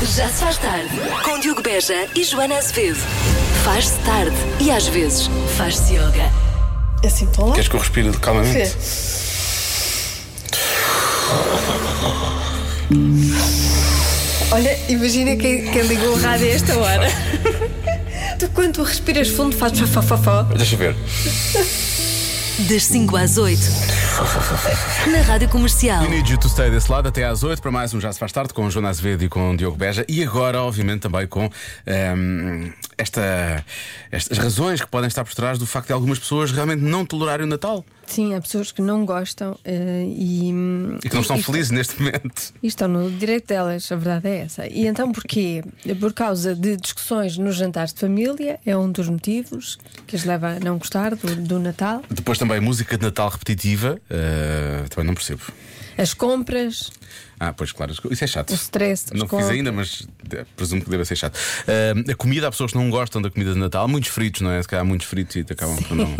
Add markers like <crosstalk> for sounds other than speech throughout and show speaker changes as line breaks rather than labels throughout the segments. Já se faz tarde. Com Diogo Beja e Joana Azevedo. Faz-se tarde e às vezes faz-se yoga.
Assim tão lá?
Queres que eu respire calmamente?
Sim. Olha, imagina quem, quem ligou o rádio a esta hora. <laughs> tu, quando tu respiras fundo, fazes fofofofó.
Deixa eu ver.
Das 5 às 8. Na Rádio Comercial.
We need you to stay desse lado até às 8 para mais um Já Se Faz Tarde com o Jonas Azevedo e com o Diogo Beja e agora, obviamente, também com ehm, esta, estas razões que podem estar por trás do facto de algumas pessoas realmente não tolerarem o Natal
Sim, há pessoas que não gostam eh, e,
e que não estão
e-
felizes neste momento.
E estão no direito delas, a verdade é essa. E então porquê? Por causa de discussões nos jantares de família, é um dos motivos que as leva a não gostar do, do Natal.
Depois também música de Natal repetitiva, eh, também não percebo.
As compras,
Ah, pois claro, isso é chato.
o stress, as
Não fiz
compras.
ainda, mas de- presumo que deva ser chato. Ah, a comida, há pessoas que não gostam da comida de Natal, há muitos fritos, não é? Se calhar há muitos fritos e acabam por não,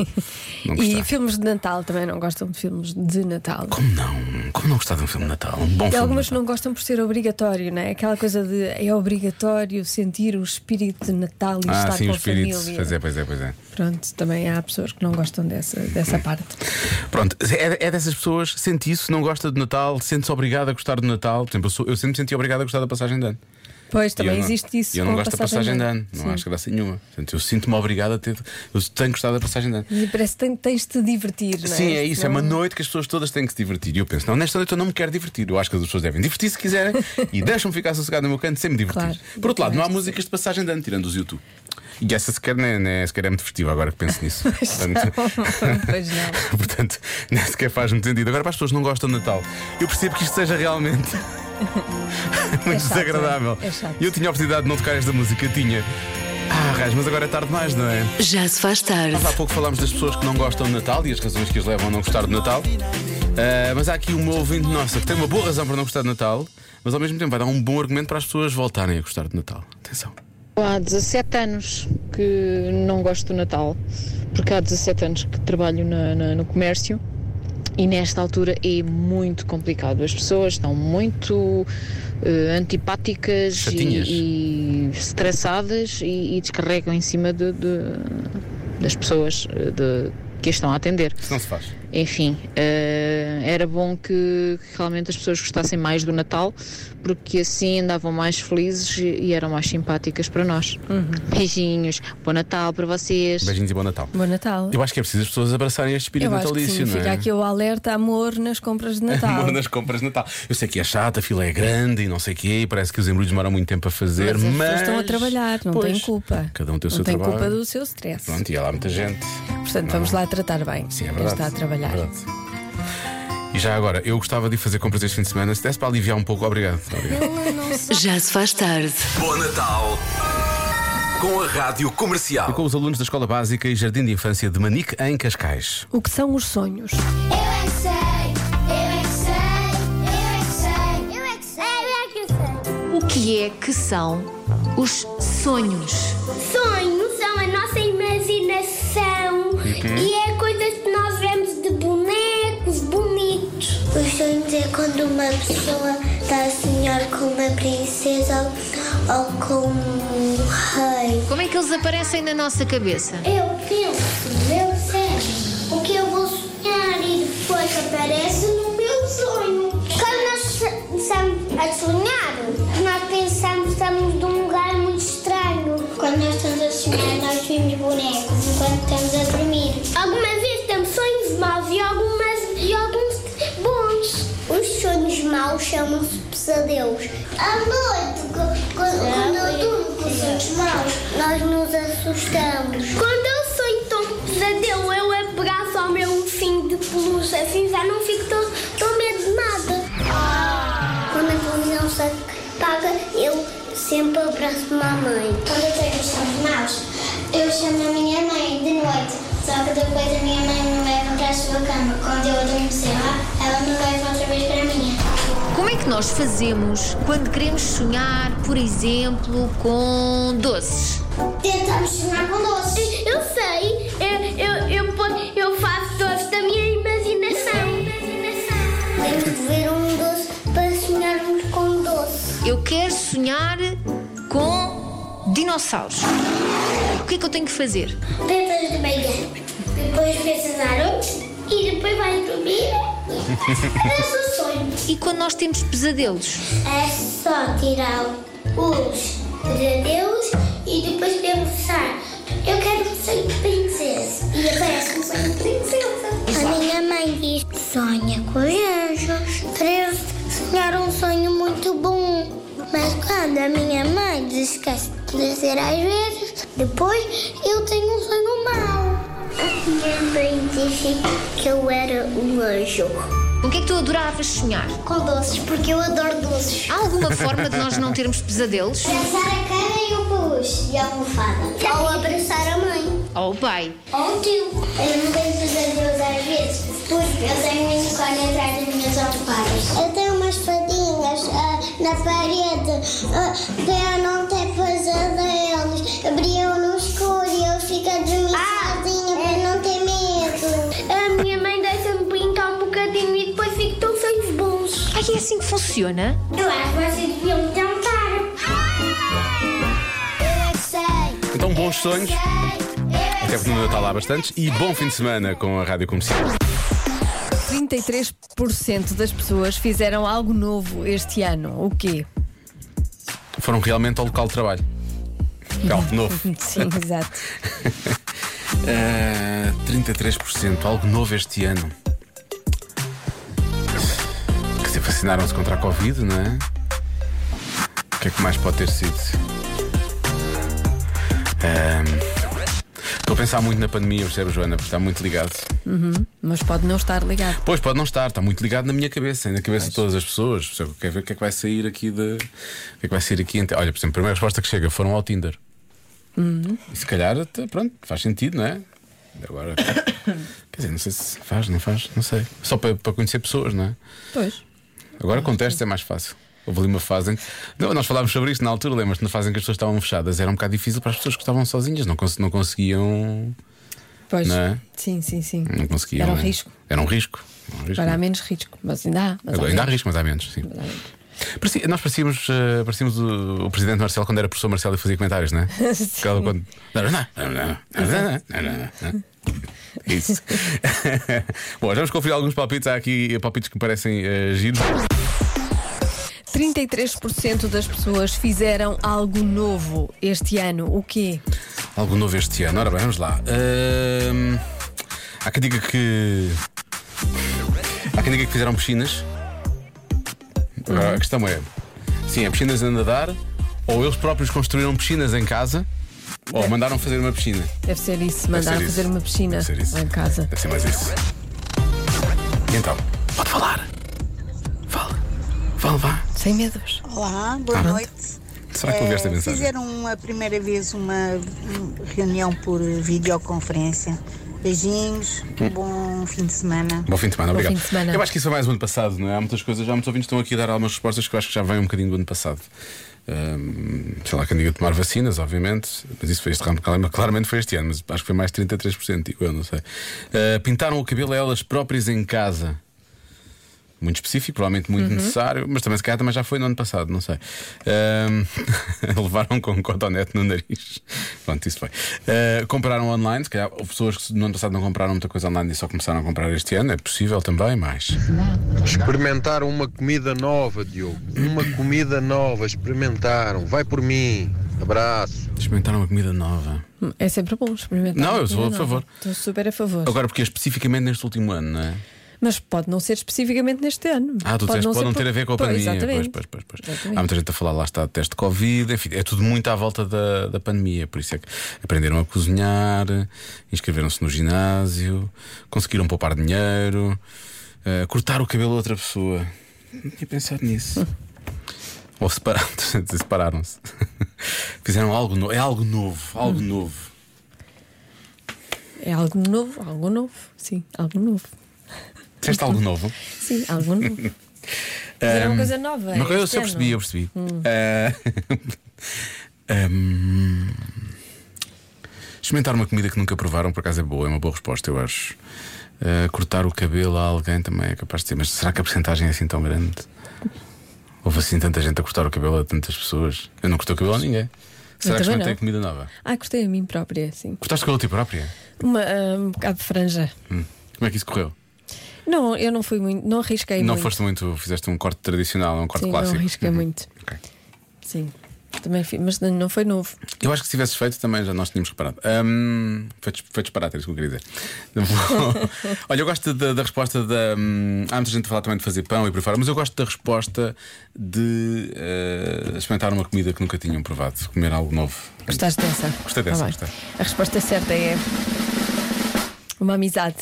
não
E
gostar.
filmes de Natal também não gostam de filmes de Natal.
Como não? Como não gostar de um filme de Natal? Um bom
E
filme.
algumas
de
não gostam por ser obrigatório, não é? Aquela coisa de é obrigatório sentir o espírito de Natal e
Natal. Ah,
estar
sim,
com
o
a
espírito.
família.
Pois é, pois é, pois é.
Pronto, também há pessoas que não gostam dessa,
Hum.
dessa parte.
Pronto, é, é dessas pessoas, sente isso, não gosta de Natal, sente-se obrigado a gostar do Natal. Por exemplo, eu, sou- eu sempre me senti obrigado a gostar da passagem de ano.
Pois,
E
também
eu não-
existe isso.
E eu não
com a
gosto da passagem de ano, não
Sim.
acho graça nenhuma. Portanto, eu sinto-me obrigado a ter. Eu tenho gostado da passagem de ano.
E Parece que tem- tens de te divertir, não é?
Sim, é isso. É
Não-
uma noite que as pessoas todas têm que se divertir. E eu penso, não, nesta noite eu não me quero divertir. Eu acho que as pessoas devem divertir se
<laughs>
quiserem e deixam-me ficar sossegado no meu canto sem me divertir.
Claro.
Por outro lado, não há músicas de passagem de ano, tirando os YouTube. E essa sequer, nem, nem, sequer é muito festiva agora que penso
<laughs>
nisso. Portanto,
pois não.
<laughs> portanto, nem sequer faz muito sentido. Agora, para as pessoas que não gostam de Natal, eu percebo que isto seja
<laughs>
realmente. Muito
chato,
desagradável.
é? É chato.
E Eu tinha a oportunidade de não tocar esta música, tinha. Ah, raios, mas agora é tarde mais, não é?
Já se faz tarde.
Nós há pouco falámos das pessoas que não gostam de Natal e as razões que as levam a não gostar de Natal. Ah, mas há aqui uma ouvinte nossa que tem uma boa razão para não gostar de Natal, mas ao mesmo tempo vai dar um bom argumento para as pessoas voltarem a gostar de Natal. Atenção.
Há 17 anos que não gosto do Natal, porque há 17 anos que trabalho na- na- no comércio e nesta altura é muito complicado. As pessoas estão muito eh, antipáticas
Chatinhas.
e, e estressadas e, e descarregam em cima de- de- das pessoas eh, de- que as estão a atender.
Isso não se faz.
Enfim, eh, era bom que, que realmente as pessoas gostassem mais do Natal, porque assim andavam mais felizes e, e eram mais simpáticas para nós. Beijinhos, bom Natal para vocês.
Beijinhos e bom Natal.
Bom Natal.
Eu acho que é preciso as pessoas abraçarem este espírito
Eu acho que
natalício,
sim.
não
Fica
é?
aqui o alerta amor
<laughs>
nas compras de Natal.
Amor nas compras de Natal. Eu sei que é chato, a fila é grande e não sei o quê, e parece que os embrulhos demoram muito tempo a fazer,
Mas
mas.
as pessoas estão a trabalhar, não
Pois,
têm culpa.
Cada um tem o
não
seu
tem
trabalho.
culpa do seu stress.
Pronto, e há lá muita gente.
Portanto, vamos lá tratar bem.
Sim, é
quem
verdade.
está a trabalhar.
É verdade. E já agora, eu gostava de ir fazer compras este fim de semana, se desse para aliviar um pouco, obrigado. Obrigado.
Já se faz tarde.
Bom Natal com a Rádio Comercial.
Com os alunos da Escola Básica e Jardim de Infância de Manique, em Cascais.
O que são os sonhos?
Eu é que sei, eu é que sei, eu é que sei, eu é que sei, eu
O que é que são os sonhos?
é que sei. Sonhos são a nossa imaginação e é coisas que nós vemos de bonecos bonitos. Os sonhos é quando uma pessoa está a sonhar com uma princesa ou com um rei.
Como é que eles aparecem na nossa cabeça?
Eu penso, eu sei o que eu vou sonhar e depois aparece no meu sonho. Quando nós se- estamos a sonhar, nós pensamos que estamos num lugar muito estranho. Quando nós estamos a sonhar, nós vimos bonecos enquanto estamos a dormir. Algumas vezes temos sonhos maus e, algumas, e alguns bons. Os sonhos maus chamam-se pesadelos. À noite, co- quando, quando eu durmo com os sonhos maus, nós nos assustamos. Quando eu sonho tão pesadelo, eu abraço ao meu fim de pelúcia, assim já não fico tão, tão medo de nada. Quando a televisão se apaga, eu sempre abraço-me à mãe. Quando eu tenho sonhos maus, eu chamo a minha mãe de noite. Só que depois a minha mãe me leva para a sua cama. Quando eu adormecer lá, ela me leva outra vez para a minha.
Como é que nós fazemos quando queremos sonhar, por exemplo, com doces?
Tentamos sonhar com doces.
Eu sei, eu, eu, eu, po- eu faço doce da minha imaginação.
Temos de ver um doce para sonharmos com doce.
Eu quero sonhar com dinossauros. O que é que eu tenho que fazer?
Pensas de manhã, depois pensas à noite e depois vais
<laughs>
dormir. Parece um sonho.
E quando nós temos pesadelos?
É só tirar os pesadelos e depois pensar. Eu quero um sonho de princesa. E aparece um sonho de princesa. A minha mãe diz: sonha com anjos. Para eu sonhar um sonho muito bom. Mas quando a minha mãe esquece de dizer às vezes, depois eu tenho um sonho mau. A minha mãe disse que eu era um anjo.
O que é que tu adoravas sonhar?
Com doces, porque eu adoro doces.
Há alguma forma de nós não termos pesadelos?
Abraçar a cama e o peluche e a almofada. Ou abraçar a mãe.
Oh, pai,
Ou o tio. Eu não tenho pesadelos às vezes, porque eu tenho um unicórnio atrás das minhas almofadas. Eu tenho umas fadinhas ah, na parede para eu não ter pesadelos. Brilham no escuro e eu fico a dormir sozinha para não ter medo.
A minha mãe deixa-me brincar um bocadinho e depois fico tão sonhos bons.
Ai, é assim que funciona?
Eu acho que vocês deviam tentar. Eu é que sei.
Então, bons sonhos. Até porque no Natal há bastantes. E bom fim de semana com a Rádio Comercial.
33% das pessoas fizeram algo novo este ano. O quê?
Foram realmente ao local de trabalho. É algo novo.
<laughs> Sim, exato.
Ah, 33%, algo novo este ano. Que se vacinaram-se contra a Covid, não é? O que é que mais pode ter sido? Ah, Estou a pensar muito na pandemia, percebes, Joana? Porque está muito ligado.
Mas pode não estar ligado.
Pois, pode não estar, está muito ligado na minha cabeça, e na cabeça de todas as pessoas. Percebe? Quer ver o que é que vai sair aqui de. O que é que vai sair aqui? ente- Olha, por exemplo, a primeira resposta que chega foram ao Tinder.
Uhum.
E se calhar, até, pronto, faz sentido, não é?
<coughs>
Agora. quer dizer, não sei se faz, não faz, não sei. Só para, para conhecer pessoas, não é?
Pois.
Agora com testes é mais fácil. Houve ali uma fase em que. Não, nós falámos sobre isto na altura, lembras-te, na fase em que as pessoas estavam fechadas. Era um bocado difícil para as pessoas que estavam sozinhas, não, cons- não conseguiam.
Pois.
Não é?
Sim, sim, sim.
Não conseguiam
Era um
não é?
risco.
Era um risco. Era um risco,
Agora
não é?
há menos risco. Mas ainda há. Mas
Agora,
há
ainda há
menos.
risco, mas há menos. Sim. Parecia- nós parecíamos, eh, parecíamos o, o presidente Marcelo quando era professor Marcelo e fazia comentários, não é?
Sim.
Aquela Quando, não, não, não, não, não, não, não, não, não. Isso. Bom, já vamos conferir alguns palpites. Há aqui eh, palpites que me parecem eh, giros.
33% das pessoas fizeram algo novo este ano. O quê?
Algo novo este ano. Ora bem, vamos lá. Ahm, há quem diga que. Há quem diga que fizeram piscinas. Agora, a questão é: sim, é piscinas a nadar, ou eles próprios construíram piscinas em casa, ou mandaram fazer uma piscina.
Deve ser isso.
Deve
Mandar
ser
fazer
isso.
uma piscina
Deve ser isso.
lá em casa.
Deve ser mais isso. E então? Pode falar. Fala. Fala, vá.
Sem medos.
Olá, boa noite.
Será que ouvi esta
Eh,
mensagem?
Fizeram uma primeira vez uma hum, reunião por videoconferência. Beijinhos,
Hum.
um bom fim de semana.
Bom fim de semana, obrigado.
fim de semana.
Eu acho que isso foi mais o ano passado, não é? Há muitas coisas, já muitos ouvintes estão aqui a dar algumas respostas que eu acho que já vêm um bocadinho do ano passado. Hum, sei lá, quem diga tomar vacinas, obviamente, mas isso foi este ramo de calema, claramente foi este ano, mas acho que foi mais 33%, digo eu, não sei. Uh, pintaram o cabelo a elas próprias em casa. Muito específico, provavelmente muito necessário, mas também se calhar também já foi no ano passado, não sei. Hum, <laughs> levaram com um cotonete no nariz. Pronto, isso foi. Uh, compraram online, se calhar houve pessoas que no ano passado não compraram muita coisa online e só começaram a comprar este ano, é possível também, mas.
Experimentaram uma comida nova, Diogo. Uma comida nova, experimentaram. Vai por mim. Abraço.
Experimentaram uma comida nova.
É sempre bom experimentar.
Não,
uma
eu sou
comida
a favor.
nova. Estou super a favor.
Agora, porque é especificamente neste último ano, não é?
Mas pode não ser especificamente neste ano.
Ah, tu disseste, pode não ter a ver com a
Pois,
pandemia.
Exatamente.
Pois, pois, pois, pois.
Exatamente.
Há muita gente a falar, lá está, de teste de Covid, enfim, é tudo muito à volta da, da pandemia. Por isso é que aprenderam a cozinhar, inscreveram-se no ginásio, conseguiram poupar dinheiro, eh, cortar o cabelo a outra pessoa. Não tinha
<laughs>
pensado nisso. Ou separaram- <laughs> separaram-se. <laughs> Fizeram algo novo. É algo novo,
Hum.
algo novo.
É algo novo, algo novo. Sim, algo novo.
Disseste algo novo?
Sim, algo
<laughs>
novo. Fizeram uma coisa nova. é
Uma coisa eu
este
eu
ano.
percebi, eu percebi. Ah, <laughs> hum, experimentar uma comida que nunca provaram, por acaso é boa, é uma boa resposta, eu acho. Ah, cortar o cabelo a alguém também é capaz de ser, mas será que a porcentagem é assim tão grande? Houve assim tanta gente a cortar o cabelo a tantas pessoas. Eu não cortei o cabelo a ninguém. Será
também
que experimentei
não.
comida nova?
Ah, cortei a mim própria, sim.
Cortaste o cabelo a ti própria?
Uma, ah, um bocado de franja.
Hum. Como é que isso correu?
Não, eu não fui muito, não arrisquei
não
muito.
foste muito, fizeste um corte tradicional, um corte
Sim,
clássico.
não arrisquei muito.
Ok.
Sim. Também fui, mas não não foi novo.
Eu acho que se tivesses feito também já nós tínhamos reparado. Hum, foi, dis- foi disparate, é isso que eu queria dizer. <laughs> Não vou- Olha, eu gosto da, da resposta da. hum, há muita gente a falar também de fazer pão e por aí fora, mas eu gosto da resposta de eh, experimentar uma comida que nunca tinham provado, comer algo novo.
Gostaste dessa?
Gostei dessa,
Tá bem.
gostei.
A resposta certa é uma amizade.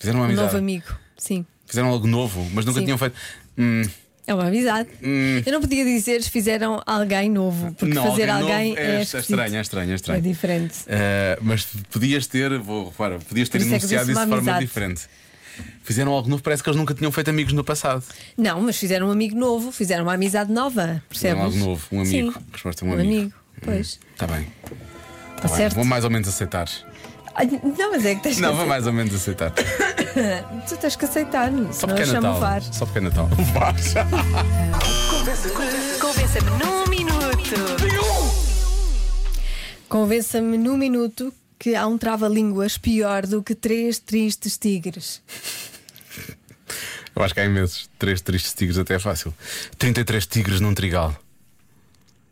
Fizeram uma
Um novo
amizade.
amigo. Sim.
Fizeram algo novo, mas nunca
Sim.
tinham feito. Hum,
É uma amizade.
hum,
Eu não podia dizer se fizeram alguém novo, porque
não,
fazer
novo
alguém é,
é,
esquisito.
estranho, é estranho, é
É
estranho.
diferente.
Eh, mas podias ter, vou repara, podias ter
Por isso é que
enunciado
disse
isso
uma
de forma
amizade.
diferente. Fizeram algo novo, parece que eles nunca tinham feito amigos no passado.
Não, mas fizeram um amigo novo, fizeram uma amizade nova, percebes?
Fizeram algo novo, um amigo.
Sim,
Resposta um,
um
amigo.
amigo. Pois.
Está bem.
Está
Tá bem.
certo?
Vou mais ou menos aceitar.
Ai, Não, mas é que tens
Não,
que
vou mais ou menos aceitar.
aceitar. Tu tens que aceitar,
Só
senão
porque
eu
é
chamo o <laughs>
Natal.
VAR.
Só porque é Natal. Vá, já.
Convença-me num minuto.
Convença-me num minuto que há um trava-línguas pior do que três tristes tigres.
Eu acho que há imensos. Três tristes tigres até é fácil. 33 tigres num trigal.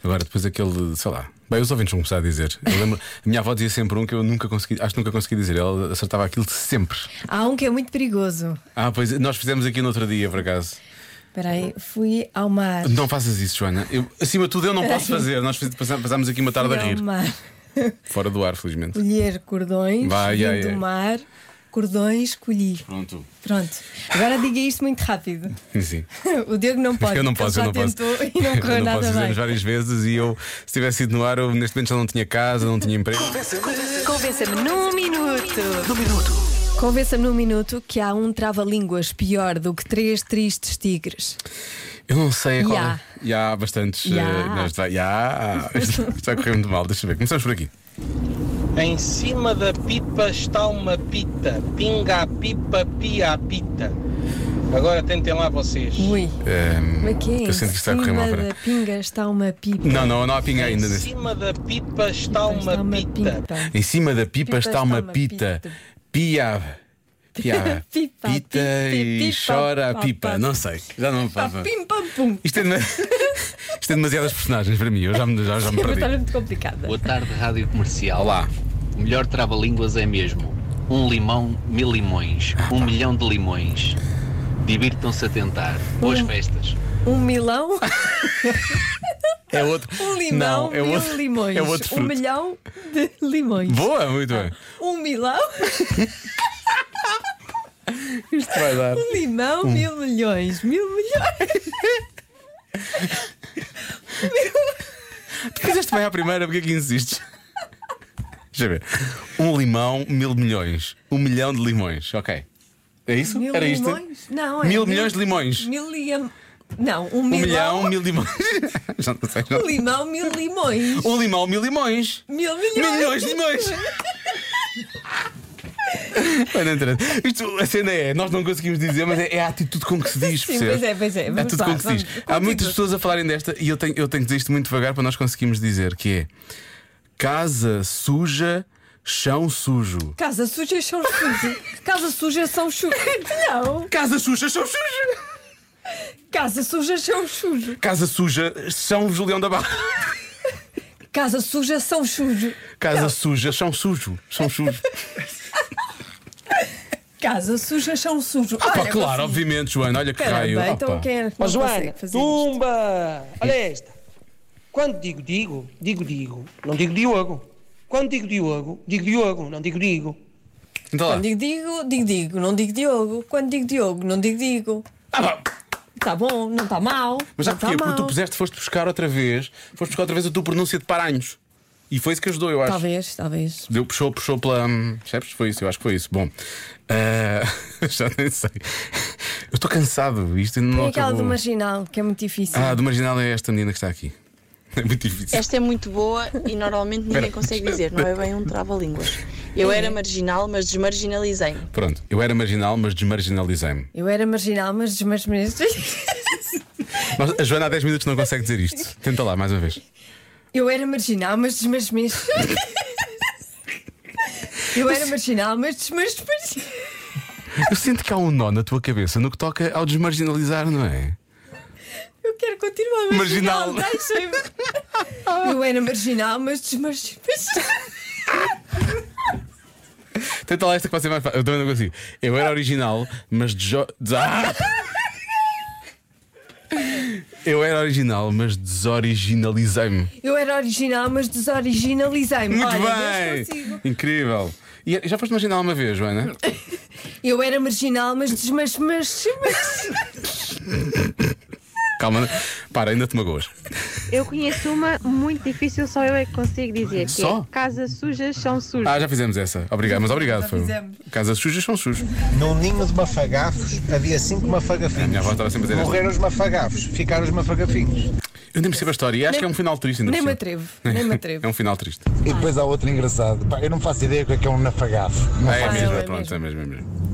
Agora, depois aquele, sei lá. Bem, os ouvintes vão começar a dizer. Eu lembro, a minha avó dizia sempre um que eu nunca consegui, acho que nunca consegui dizer. Ela acertava aquilo sempre.
Há um que é muito perigoso.
Ah, pois é, nós fizemos aqui no outro dia, por acaso.
Espera aí, fui ao mar.
Não faças isso, Joana. Eu- acima de tudo, eu
<laughs>
não posso
Peraí.
fazer. Nós fiz- passa- passámos aqui uma tarde
Fui
a
ao
rir.
mar.
Fora do ar, felizmente.
Colher cordões,
Vai,
vim
ai,
do
ai.
mar, cordões, colhi.
Pronto.
Pronto. Agora diga isto muito rápido. <laughs>
Sim.
O Diego não pode.
eu não
porque
posso, eu
ele
não
já
posso.
tentou E não correu
<laughs> eu não
nada
posso dizer
bem.
várias vezes e eu, se tivesse ido no ar, eu, neste momento já não tinha casa, não tinha emprego.
Convença-me num minuto. Num minuto.
Convença-me num minuto que há um trava-línguas pior do que três tristes tigres.
Eu não sei qual.
Ya.
é. Ya, há bastantes.
Ya.
eh, nós-
<laughs>
vai- ya. Isto está correndo mal, deixa eu ver. Começamos por aqui.
Em cima da pipa está uma pita. Pinga a pipa, pia a pita. Agora tentem lá vocês.
Ui.
Ehm,
Como é que é?
eu sinto que isto está a correr mal
Em cima
para.
da pinga está uma pipa.
Não, não, não há pinga
Em
ainda. nesse-
cima da pipa está uma,
Está uma
pita.
Em cima da pipa está uma pita. Pia. Pia.
<laughs> Pipa,
Pita e
pipa,
chora a
pá,
pipa.
pá.
Não sei. Já não. pá, pá.
Pim, pam, pum.
Isto é, dema- <laughs> Isto é demasiadas personagens para mim. Eu já me, já, já me perdi.
Está é muito complicada.
Boa tarde, Rádio Comercial. Olá. O melhor trava-línguas é mesmo um limão, mil limões, um milhão de limões. Divirtam-se a tentar. Boas
Um-
festas.
Um milão,
É outro.
um limão,
<laughs> Não, é
mil
outro.
limões.
É outro
um
fruto.
milhão de limões.
Boa, muito bem.
Um milão,
Isto vai dar.
um limão,
Um.
mil milhões. Mil milhões.
Tu fizeste bem à primeira, porque é que insistes? Deixa eu ver. Um limão, mil milhões. Um milhão de limões. Ok. É isso?
Mil
Era isto?
limões? Não, é
Mil milhões de limões.
Mil liam... Não, um,
Um
milhão.
milhão, mil limões. <laughs> já não sei. já-
Um limão, mil limões.
Um limão, mil limões.
Mil milhões.
Um Milhões de limões. Mas não interessa. Isto, a cena é, nós não conseguimos dizer, mas é, é a atitude com que se diz.
Sim,
percebes?
pois é, pois é. Vamos
tudo
lá,
com que se diz.
vamos,
Há
continua.
muitas pessoas a falarem desta e eu tenho, eu tenho que dizer isto muito devagar para nós conseguirmos dizer que é casa suja, chão sujo.
Casa suja são suja. Casa suja são suja. <laughs> Não.
Casa suja são suja.
Casa suja são suja.
Casa suja, São Julião da Barra.
Casa suja são suja.
Casa suja, chão sujo.
<laughs>
Chão sujo.
Casa suja são sujo.
Ah, pá,
Olha,
claro,
você-
obviamente, Joana. Olha que
Caramba,
raio. Ah,
assim. então
pá.
quem é que
Ó
não
Joana,
consegue fazer
tumba! Olha esta. Quando digo digo, digo digo. Não digo Diogo. Quando digo Diogo, digo Diogo. Não digo digo.
Então lá.
Quando digo digo, digo digo, não digo Diogo. Quando digo Diogo, não digo digo. Tá bom, não está mal.
Ah, Mas
não
sabe porquê?
tá
Porque tu
mal.
puseste, foste buscar outra vez, foste buscar outra vez a tua pronúncia de paranhos. E foi isso que ajudou, eu acho.
Talvez, talvez.
Deu, puxou, puxou pela. hum, Percebes? Foi isso, eu acho que foi isso. Bom, ah, <laughs> já nem sei. Eu estou cansado, isto ainda não
Tem aquela
acabou.
do marginal, que é muito difícil.
Ah, do marginal é esta menina que está aqui. <laughs> É muito difícil.
Esta é muito boa e normalmente ninguém
Espera.
consegue dizer, não é bem um trava-línguas. Eu era marginal, mas desmarginalizei.
Pronto, eu era marginal, mas desmarginalizei-me.
Eu era marginal, mas desmarginalizei.
Nós- a Joana há 10 minutos não consegue dizer isto. Tenta lá, mais uma vez.
<laughs> Eu era marginal, mas
<laughs>
desmasmei. Eu era marginal, mas desmasmei.
Eu sinto que há um nó na tua cabeça no que toca ao desmarginalizar, não é?
Eu quero continuar marginal.
Marginal.
Deixem-me. Eu era marginal, mas desmasmei.
Tenta lá esta que vai ser mais fácil. Eu também não consigo. Eu era original, mas deso... des- Ah! Eu era original, mas desoriginalizei-me.
Eu era original, mas desoriginalizei-me.
Muito
Olha,
bem!
Deus consigo.
Incrível! E já foste marginal uma vez, é, né? Joana?
Eu era marginal, mas desmasmei.
<laughs> Calma, não- para, ainda te magoas.
Eu conheço uma muito difícil, só eu é que consigo dizer. Que
Só?
É, casas sujas são sujas.
Ah, já fizemos essa. Obrigado, mas obrigado.
Já
Foi...
fizemos.
Casas sujas são sujas.
Num ninho de mafagafos havia cinco
A minha avó
mafagafinhos.
estava sempre a dizer
Morreram os mafagafos, ficaram os mafagafinhos.
Eu nem percebo a história e acho
Nem-
que é um final triste ainda
nem
por
me
cima.
atrevo, nem me atrevo.
É um final triste.
E depois há outro engraçado. Pá, eu não faço ideia o que é que é um nafagafo. Não
É,
faço
mesmo,
ideia.
pronto, é mesmo, é mesmo.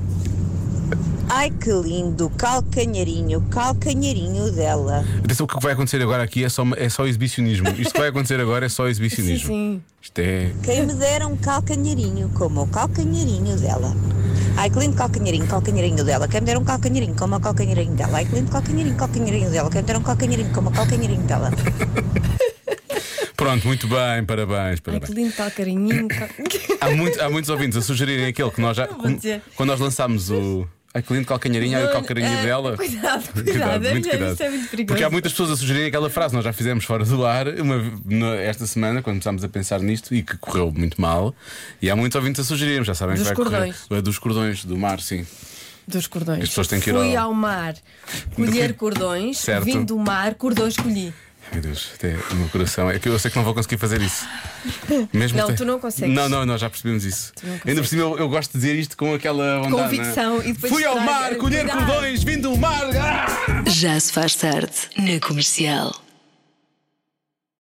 Ai que lindo, calcanharinho, calcanharinho dela.
Atenção, o que vai acontecer agora aqui é só, é só exibicionismo. Isto que vai acontecer agora é só exibicionismo.
sim.
Isto é.
Quem me dera um calcanharinho, como o calcanharinho dela. Ai que lindo calcanharinho, calcanharinho dela. Quem me dera um calcanharinho, como o calcanharinho dela. Ai que lindo calcanharinho, calcanharinho dela. Quem me dera um calcanharinho, como o calcanharinho dela.
Pronto, muito Tá bem, parabéns,
Ai,
parabéns.
que lindo, tal
<coughs>
carinho. tal-
Há, muito- há muitos ouvintes a sugerirem aquele que nós já.
vou dizer.
Quando nós lançámos o. Ai, que lindo calcanharinho, ai, o
Não,
calcanharinho
ah,
dela.
Cuidado, cuidado.
muito
é,
cuidado.
Isso é muito perigoso.
Porque há muitas pessoas a sugerirem aquela frase. Nós já fizemos fora do ar uma, na- esta semana, quando começámos a pensar nisto e que correu muito mal. E há muitos ouvintes a sugerirmos, já sabem
Dos
que vai
cordões.
correr. É, Dos cordões, do mar, sim.
Dos cordões.
As pessoas têm que ir
Fui
ao-
ao mar colher cordões,
Certo.
vim do mar, cordões colhi.
Meu Deus, até o meu coração. É que eu sei que não vou conseguir fazer isso. Mesmo
não,
até-
tu não consegues.
Não, não, nós já percebemos isso.
não
Ainda por cima eu, eu gosto de dizer isto com aquela vontade.
Convicção
né?
e depois
Fui ao
estraga.
mar colher
Cuidado.
cordões, vindo do mar. Ah!
Já se faz tarde na comercial.